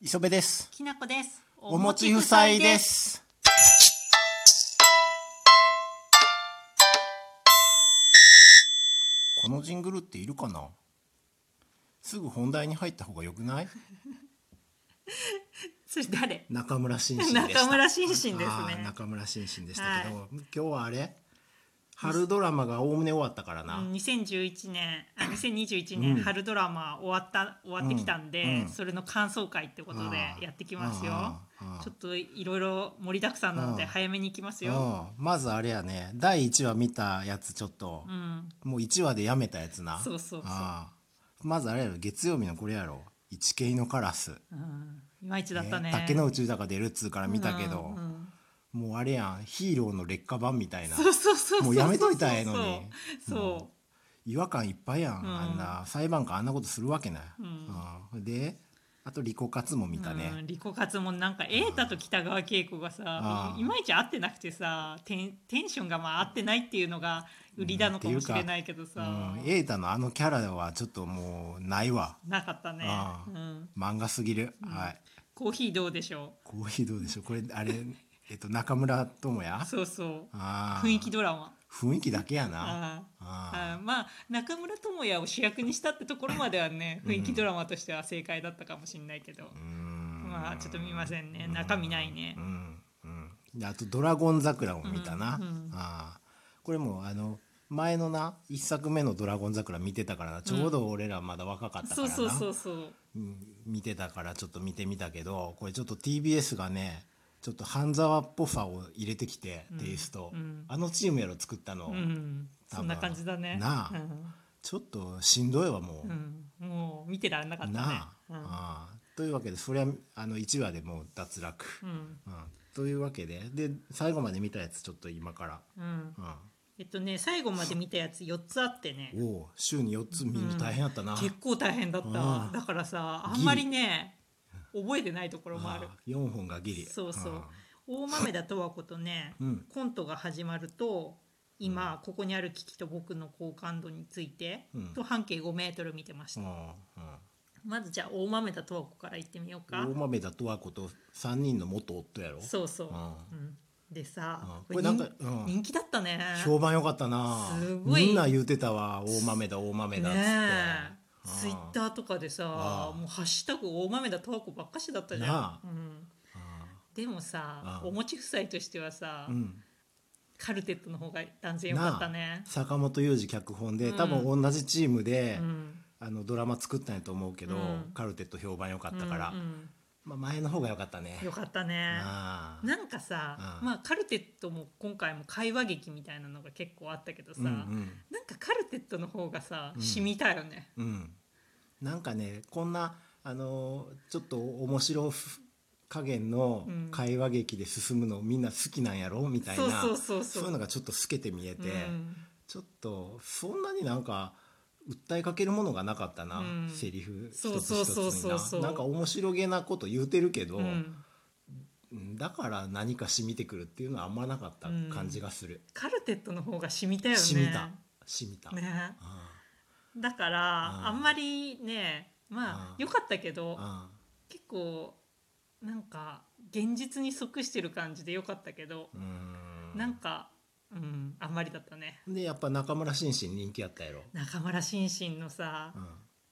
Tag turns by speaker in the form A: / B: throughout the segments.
A: 磯部です。
B: きなこです。
A: おもち夫妻で。す。このジングルっているかな。すぐ本題に入った方が良くない。
B: それ誰？
A: 中村紳士でした。
B: 中村心身ですね。
A: あー中村紳士でしたけど、今日はあれ。春ドラマが概ね終わったからな。
B: うん2011年あ2021年
A: うん
B: 春ドラマ終わった終わってきたんで、
A: うんうん
B: それの感想会ってことでやってきますよ
A: あーあー
B: ちょっといろいろ盛りだくさんなので
A: うん
B: 早めに行きます
A: う
B: よ、
A: ん、まずあれやね第1話見たやつちょっと
B: う、ん、
A: もう1話でやめたやつな
B: そうそうそう
A: ああまずあれやろ月曜日のこれやろ一系のカラス、
B: うん、いまいちだったね
A: ね竹野内豊が出るっつうから見たけど、
B: うんうん
A: もうあれやんヒーローの劣化版みたいな
B: そうそうそうそう
A: もうやめといたらええのに
B: そ
A: 違和感いっぱいやん、
B: うん
A: あんな裁判官あんなことするわけない、
B: うん
A: ああであと利己活も見
B: う
A: たね、
B: うん、リコカツもなんか瑛太と北川景子がさ
A: あー
B: いいまいち合ってなくてさテンテンションがまあ合ってないっていうのが売りなのかもしれないけど
A: う
B: さ、
A: ん、瑛太のあのキャラはちょっともうないわ
B: なかったね、
A: あ
B: う
A: ー
B: ん、
A: 漫画すぎる、はい
B: コーヒーどうでしょ
A: コーヒーどうでしょうこれあれえっと中村智也
B: うそうそう
A: ああ
B: 雰囲気ドラマ
A: 雰囲気だけやな
B: あー
A: あ
B: あーまあ中村智也を主役にしたってところまではね
A: うん
B: 雰囲気ドラマとしては正解だったかもしれないけど、
A: あうーん
B: まあちょっと見ませんね中身ないね
A: うんうんであと「ドラゴン桜」も見たな、
B: うんうん
A: ああこれもあの前のな一作目の「ドラゴン桜」見てたからなちょうど俺らまだ若かったか
B: そう
A: らな、
B: そうそうそう
A: うん見てたからちょっと見てみたけどこれちょっと TBS がねちょっと半沢っぽさを入れてきて、
B: うん
A: テイスト、
B: うん
A: あのチームやろ作ったの、
B: うんそんな感じだね
A: なあちょっとしんどいわもう、
B: うん、うん、もう見てられなかったね
A: なあ,、
B: うん
A: ああというわけでそれはあの1話でもう脱落、
B: うん
A: うん、というわけでで最後まで見たやつちょっと今から、
B: うん
A: う
B: えっとね最後まで見たやつ4つあってね
A: ん、おお週に4つ見るの大変やったな、
B: 結構大変だった
A: ああ
B: だからさあ
A: ギリ
B: んまりね覚えてないところもある
A: ああ4本がギリ
B: そうそう大豆田とわ子とね、
A: うん
B: コントが始まると今ここにある危機と僕の好感度について、
A: うん
B: と半径5メートル見てました、
A: うんうんうん
B: まずじゃあ大豆田とわ子から行ってみようか
A: 大豆田と和子と3人の元夫やろ
B: そうそう、
A: ああ
B: うんでさ
A: ああこれなんか
B: 人
A: うん
B: 人気だったね
A: 評判良かったな
B: すごい
A: みんな言うてたわ大豆だ大豆だっつって、
B: ねえツイッ
A: ー
B: ターとかで
A: あ
B: さ
A: あ
B: もう「ハッシュタグ大豆だとわ子」ばっかしだったじ
A: なあ
B: ゃん、うん、でも
A: あ
B: さ
A: あ
B: おもち夫妻としてはさ、
A: うん、
B: カルテットの方が断然良かったね
A: 坂本雄二脚本で、多分同じチームで、
B: うん
A: あのドラマ作ったんやと思うけど、
B: うん
A: カルテット評判良かったから、
B: うん
A: まあ、前の方が良かったね
B: うんよかったね
A: ああ
B: なんかさ
A: うん
B: まあカルテットも今回も会話劇みたいなのが結構あったけどさ、
A: うんうん
B: なんかカルテットの方がさ
A: うん
B: 染みたよね、
A: うん、なんかねこんなあのーちょっと面白ふ加減の
B: うん
A: 会話劇で進むのみんな好きなんやろみたいな、
B: そうそうそう
A: そ
B: そうう
A: いうのがちょっと透けて見えて、
B: うん
A: ちょっとそんなになんか訴えかけるものがなかったな、
B: うん
A: セリフ一
B: そう
A: つ
B: そう
A: 一つ
B: そう
A: に
B: そうそう
A: ななんか面白げなこと言うてるけど、
B: うん
A: だから何か染みてくるっていうのはあんまなかった感じがする、
B: カルテットの方が染みたよね
A: 染みた染みた、
B: ね
A: あ
B: だから、
A: うん
B: あんまりねまあ
A: うん
B: 良かったけど、
A: あ
B: 結構なんか現実に即してる感じで良かったけど、
A: うーん
B: なんか、うん、あんまりだったね
A: でやっぱ中村紳士人気やったやろ、
B: 中村心身のさ、
A: う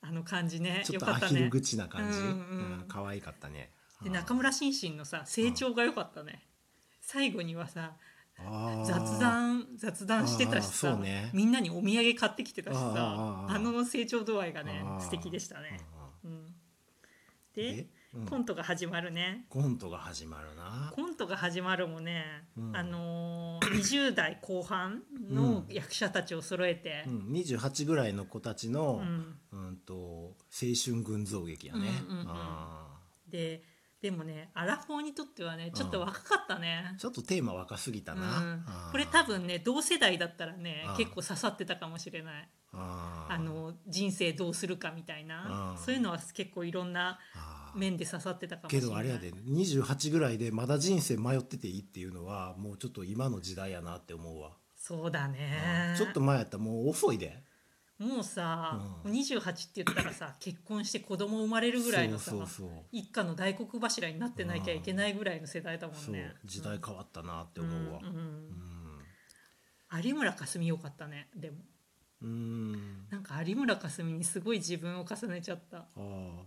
B: あの感じね
A: ん、ちょ
B: 良
A: っと
B: か
A: ア
B: った
A: ヒル
B: ね
A: 口な感じ、
B: う
A: うんん
B: うん
A: 可愛かったね
B: で中村心身のさ成長が良かったね、最後にはさ雑
A: 雑
B: 談雑談してたし
A: あー
B: さ、
A: そうね
B: みんなにお土産買ってきてたしさ
A: あ
B: あ
A: ーあーあー
B: の成長度合いがね
A: あー
B: 素敵でしたね、うん、で
A: うん、
B: コントが始まるね
A: コントが始まるな
B: コントが始まるもね、
A: うん
B: あのー、20代後半の役者たちを揃えて、
A: うん、28ぐらいの子たち
B: う
A: の、
B: ん
A: うん、と青春群像劇やね、
B: うんうんうん
A: あ
B: ででもねアラフォーにとってはねちょっと若かったね
A: ー、ちょっとテーマ若すぎたな、
B: うん
A: あー
B: これ多分ね同世代だったらね
A: あー
B: 結構刺さってたかもしれない
A: あー
B: あの人生どうするかみたいな
A: あー
B: そういうのは結構いろんな
A: あー
B: 面で刺さってたかもし
A: け
B: れない
A: どあれやで28ぐらいでまだ人生迷ってていいっていうのはもうちょっと今の時代やなって思うわ、
B: そうだね
A: ちょっと前やったらもう遅いで
B: もうさ、
A: うん
B: 28って言ったらさ結婚して子供生まれるぐらいのさ
A: そうそうそう
B: 一家の大黒柱になってなきゃいけないぐらいの世代だも
A: そ
B: ん
A: う
B: ね。
A: 時代
B: っ
A: 変わったなって思うわ
B: うん
A: うん
B: うん有村架純よかったねでも
A: うん
B: なんか有村架純にすごい自分を重ねちゃった。
A: ああ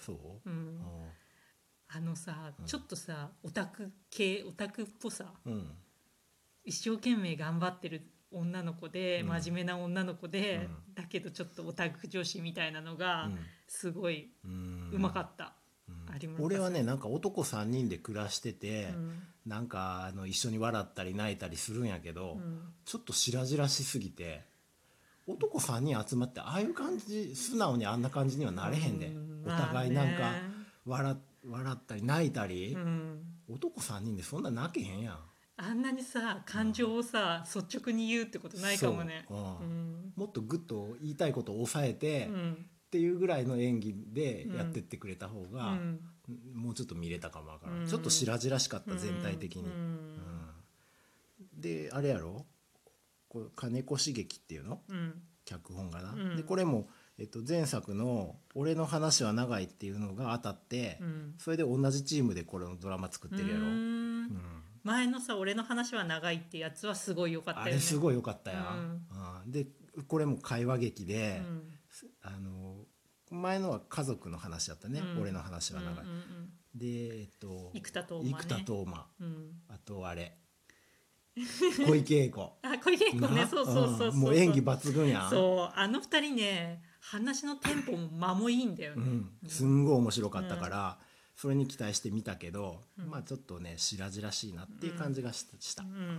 A: そう
B: う
A: あ
B: ん、
A: あ
B: あのさ、
A: うん
B: ちょっとさオタク系オタクっぽさ
A: うん
B: 一生懸命頑張ってる女の子で、
A: うん
B: 真面目な女の子で、
A: う
B: だけどちょっとオタク女子みたいなのがすごい
A: うん
B: うまかった。
A: うん
B: 有村架純
A: 俺はねなんか男3人で暮らしてて、
B: うん
A: なんかあの一緒に笑ったり泣いたりするんやけど、
B: うん
A: ちょっと白々しすぎて男3人集まってああいう感じ素直にあんな感じにはなれへんで、
B: うん
A: お互いなん
B: ま
A: か
B: あね
A: 笑笑ったり泣いたり
B: う、ん、
A: 男3人でそんな泣けへんやん
B: あんなにさ感情をさ、率直に言うってことないかもね。
A: そううん
B: うん
A: もっとグッと言いたいことを抑えて、
B: う
A: っ
B: ん
A: ていうぐらいの演技でやってってくれた方
B: う
A: が、
B: ん
A: もうちょっと見れたかもわからん、
B: うん
A: ちょっと白々しかった、全体的に、
B: うん
A: うんであれやろこう金子茂樹っていうの
B: うん
A: 脚本がな、
B: うん
A: でこれも、えっと、前作の「俺の話は長い」っていうのが当たって、
B: うん
A: それで同じチームでこれのドラマ作ってるやろ、う
B: う
A: ん
B: ん前のさ「俺の話は長い」ってやつはすごい良かったよ
A: あ
B: ね。
A: れす
B: い、
A: ごい良かったやん、うんでこれも会話劇
B: う
A: で、
B: ん、
A: あの前のは家族の話だったね、
B: うん
A: 俺の話は長い、
B: うんうん
A: でえっと
B: 生田斗真ね
A: 生田斗真
B: うんうん
A: あとあれ 小池栄子
B: あ小池栄子 ね
A: な
B: そうそうそうそう、
A: んもう演技抜群やん
B: そうあの二人ね話のテンポも間もいいんだよ
A: う
B: ね。
A: ん、すんごい面白かったから、それに期待してみたけど、
B: うん
A: まあちょっとね白々しいなっていう感じがした。した
B: うん
A: う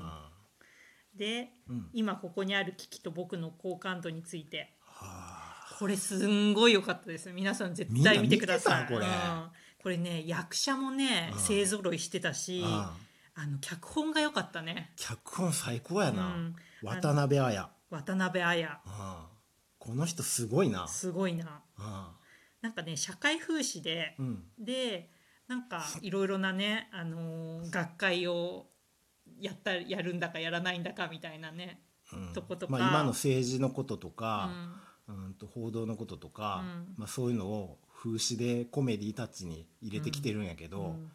B: で
A: んうん
B: 今ここにある危機と僕の好感度について
A: はあ
B: これすんごい良かったです皆さん絶対見てください
A: みんな見てたこれ
B: うんこれね役者もね
A: うん
B: 勢ぞろいしてたし、
A: ああ
B: あの脚本が良かったね、
A: 脚本最高や
B: う
A: な、
B: ん、
A: 渡辺彩
B: 渡辺彩
A: ああこの人すごいな
B: すごいな
A: あ
B: なんかね社会風刺で
A: あ、うん
B: でなんかいろいろなね、あのー学会をやったやるんだかやらないんだかみたいなね、
A: うん
B: とことか
A: まあ、今の政治のことと
B: う
A: か、
B: ん
A: うん、と報道のこととか、
B: うん
A: まあ、そういうのを風刺でコメディタッチに入れてきてるんやけど、
B: うん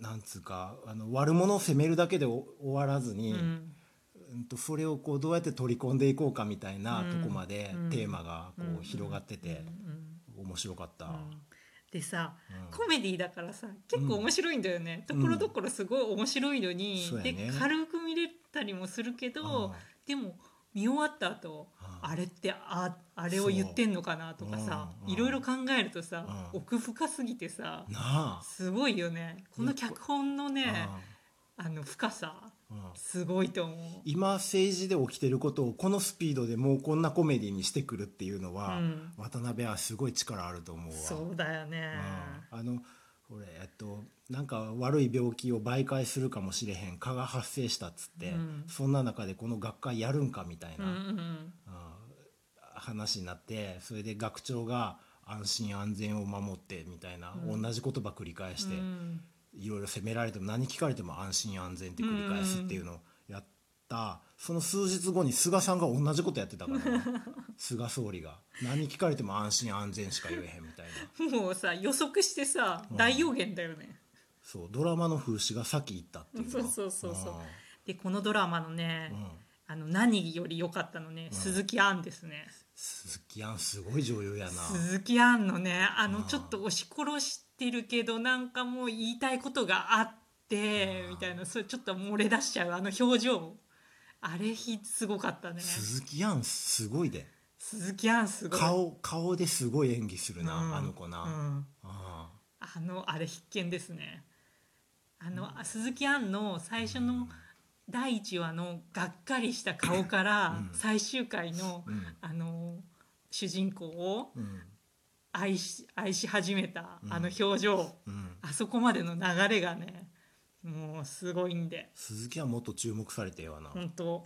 A: なんつうかあの悪者を責めるだけでお終わらずに、
B: うん
A: うんとそれをこうどうやって取り込んでいこうかみたいな
B: うん
A: とこまで
B: うん
A: テーマがこ
B: う
A: う
B: ん
A: 広がってて
B: うんうん
A: 面白かった。
B: うんでさ
A: うん
B: コメディだからさ結構面白いんだよね、
A: うん
B: ところどころすごい面白いのに、
A: そうやね
B: で軽く見れたりもするけど、でも見終わった後
A: あ
B: あれってああれを言ってんのかなとかさ
A: そううん
B: いろいろ考えるとさ、
A: うん
B: 奥深すぎてさ
A: あなあ
B: すごいよねこの脚本のねあの深さ
A: うんうん
B: すごいと思う。
A: 今政治で起きてることをこのスピードでもうこんなコメディにしてくるっていうのは、
B: うん
A: 渡辺はすごい力あると思うわ。
B: そうだよね、
A: うんあのこれえっとなんか悪い病気を媒介するかもしれへん蚊が発生したっつって、
B: うん
A: そんな中でこの学会やるんかみたい
B: うん
A: な、
B: うん
A: あー話になってそれで学長が安心安全を守ってみたいな、
B: うん
A: 同じ言葉繰り返して、
B: うん
A: いろいろ責められても何聞かれても安心安全って繰り返すっていうのをやった、その数日後に菅さんが同じことやって たからね、菅総理が何聞かれても安心安全しか言えへんみたいな
B: もうさ予測してさ
A: うん
B: 大予言だよね。
A: そうドラマの風刺が先行ったっていうのは
B: そうそうそうそうでこのドラマのね、
A: うんうん
B: あの何より良かったのね、
A: うん
B: 鈴木杏ですね
A: 鈴木杏すごい女優やな
B: 鈴木杏のねあの
A: うん
B: ちょっと押し殺してるけどなんかもう言いたいことがあって
A: うん
B: みたいなそれちょっと漏れ出しちゃうあの表情あれひすごかったね
A: 鈴木杏すごいで
B: 鈴木杏すごい
A: 顔顔ですごい演技するな、
B: うん
A: あの子
B: う
A: な、
B: ん、
A: あ
B: あのあれ必見ですねあの、あ鈴木杏の最初の第1話のがっかりした顔から
A: うん
B: 最終回の、
A: うん
B: あの主人公を
A: うん
B: 愛し愛し始めた
A: うん
B: あの表情、
A: うん
B: あそこまでの流れがねもうすごいんで
A: 鈴木はもっと注目されてえわな
B: 本当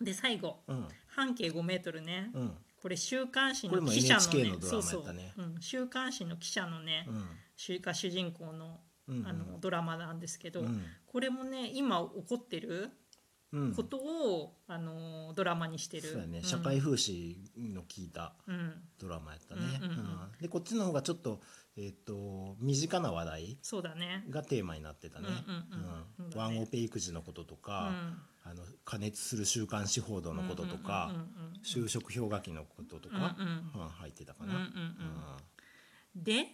B: で最後
A: うんうん
B: 半径5メートルね、
A: うん
B: これ週刊誌
A: こ
B: の
A: れも
B: 記者の
A: NHK
B: ね
A: のドラマ
B: そ
A: や
B: う
A: ったね
B: そう、うん、週刊誌の記者のね、
A: うん
B: 主が主人公の
A: うん
B: あのドラマなんですけど、
A: うん
B: これもね今起こってる
A: ううん
B: ことを、あのドラマにしてる
A: そうやね
B: ん
A: 社会風刺の効いた
B: うん
A: ドラマやったね、
B: うんうんうん
A: うんでこっちの方がちょっと,、えっと身近な話題
B: そうだね
A: がテーマになってたね
B: うんうんうん
A: う
B: そうんだね
A: ワンオペ育児のこととか、あの加熱する週刊誌報道のこととか、
B: うんうんうんうん
A: 就職氷河期のこととか、
B: うんうん
A: うん入ってたか
B: うんうんう
A: な。
B: んで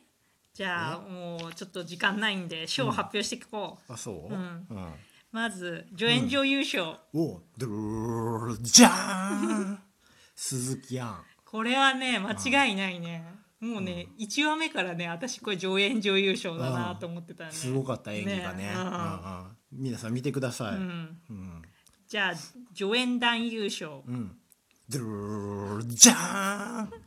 B: じゃあもうちょっと時間ないんで賞を発表していこう、
A: あそう、
B: う
A: うんん
B: まず助演女優賞、
A: おドゥルルルルルじゃーん鈴木やん
B: これはね間違いないねもうね、一1話目からね私これ上演女優賞だなと思ってたね、
A: すごかった演技がね
B: ね
A: うん
B: うん
A: うん皆さん見てください、
B: うん
A: うん
B: じゃあ助演男優賞、
A: うんドゥルルルルルじゃーん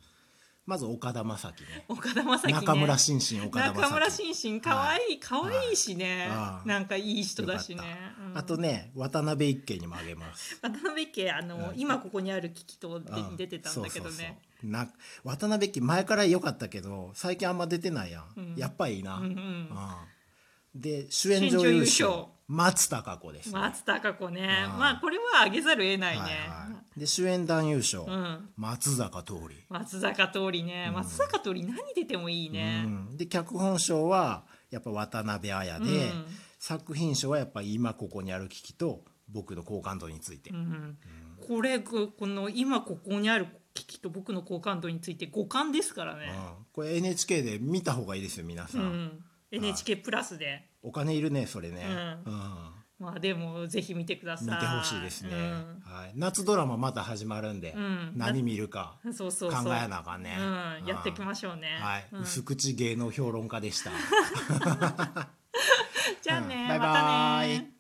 A: まず岡田将生ね
B: 岡田将生、ね、
A: 中村心身岡田将生
B: 中村心身かわいいかわいいしね、
A: はい
B: なんかいい人だしね
A: よかっ、
B: うん
A: たあとね渡辺一慶にもあげます
B: 渡辺家あの、
A: うん
B: 今ここにある危機と
A: う
B: 出てたんだけど
A: そうそ
B: ね
A: うそうな渡辺一慶前から良かったけど最近あんま出てないやん、
B: うん
A: やっぱいいな、
B: うんうん
A: うんで主演女優
B: 主演女優賞
A: 賞松たか子です、ね
B: 松たか子ね、
A: うん
B: まあこれはあげざるを得ない
A: はい
B: ね、
A: はい、で主演男優賞、
B: うん
A: 松坂桃李、
B: 松坂桃李ね、
A: うん
B: 松坂桃李何出てもいいね、
A: うん、で脚本賞はやっぱ渡辺綾で、
B: うん
A: 作品賞はやっぱ今ここにある危機と僕の好感度について、
B: うんこれここの今ここにある危機と僕の好感度について五感ですから
A: うん
B: ね、
A: これ NHK で見た方がいいですよ皆
B: う
A: さ
B: ん
A: ん、
B: NHK プラスで
A: お金いるねそれね、
B: う
A: うん
B: まあでもぜひ見てください
A: 見てほしいですね、
B: うん
A: はい、夏ドラマまた始まるんで、
B: うん
A: 何見るか
B: そうそ
A: 考
B: うそう
A: えなあかんね、
B: うん、やっていきま
A: し
B: しょうね、
A: はい、
B: うん
A: 薄口芸能評論家でした
B: じゃあね、
A: うんバイバ
B: また
A: イ
B: ね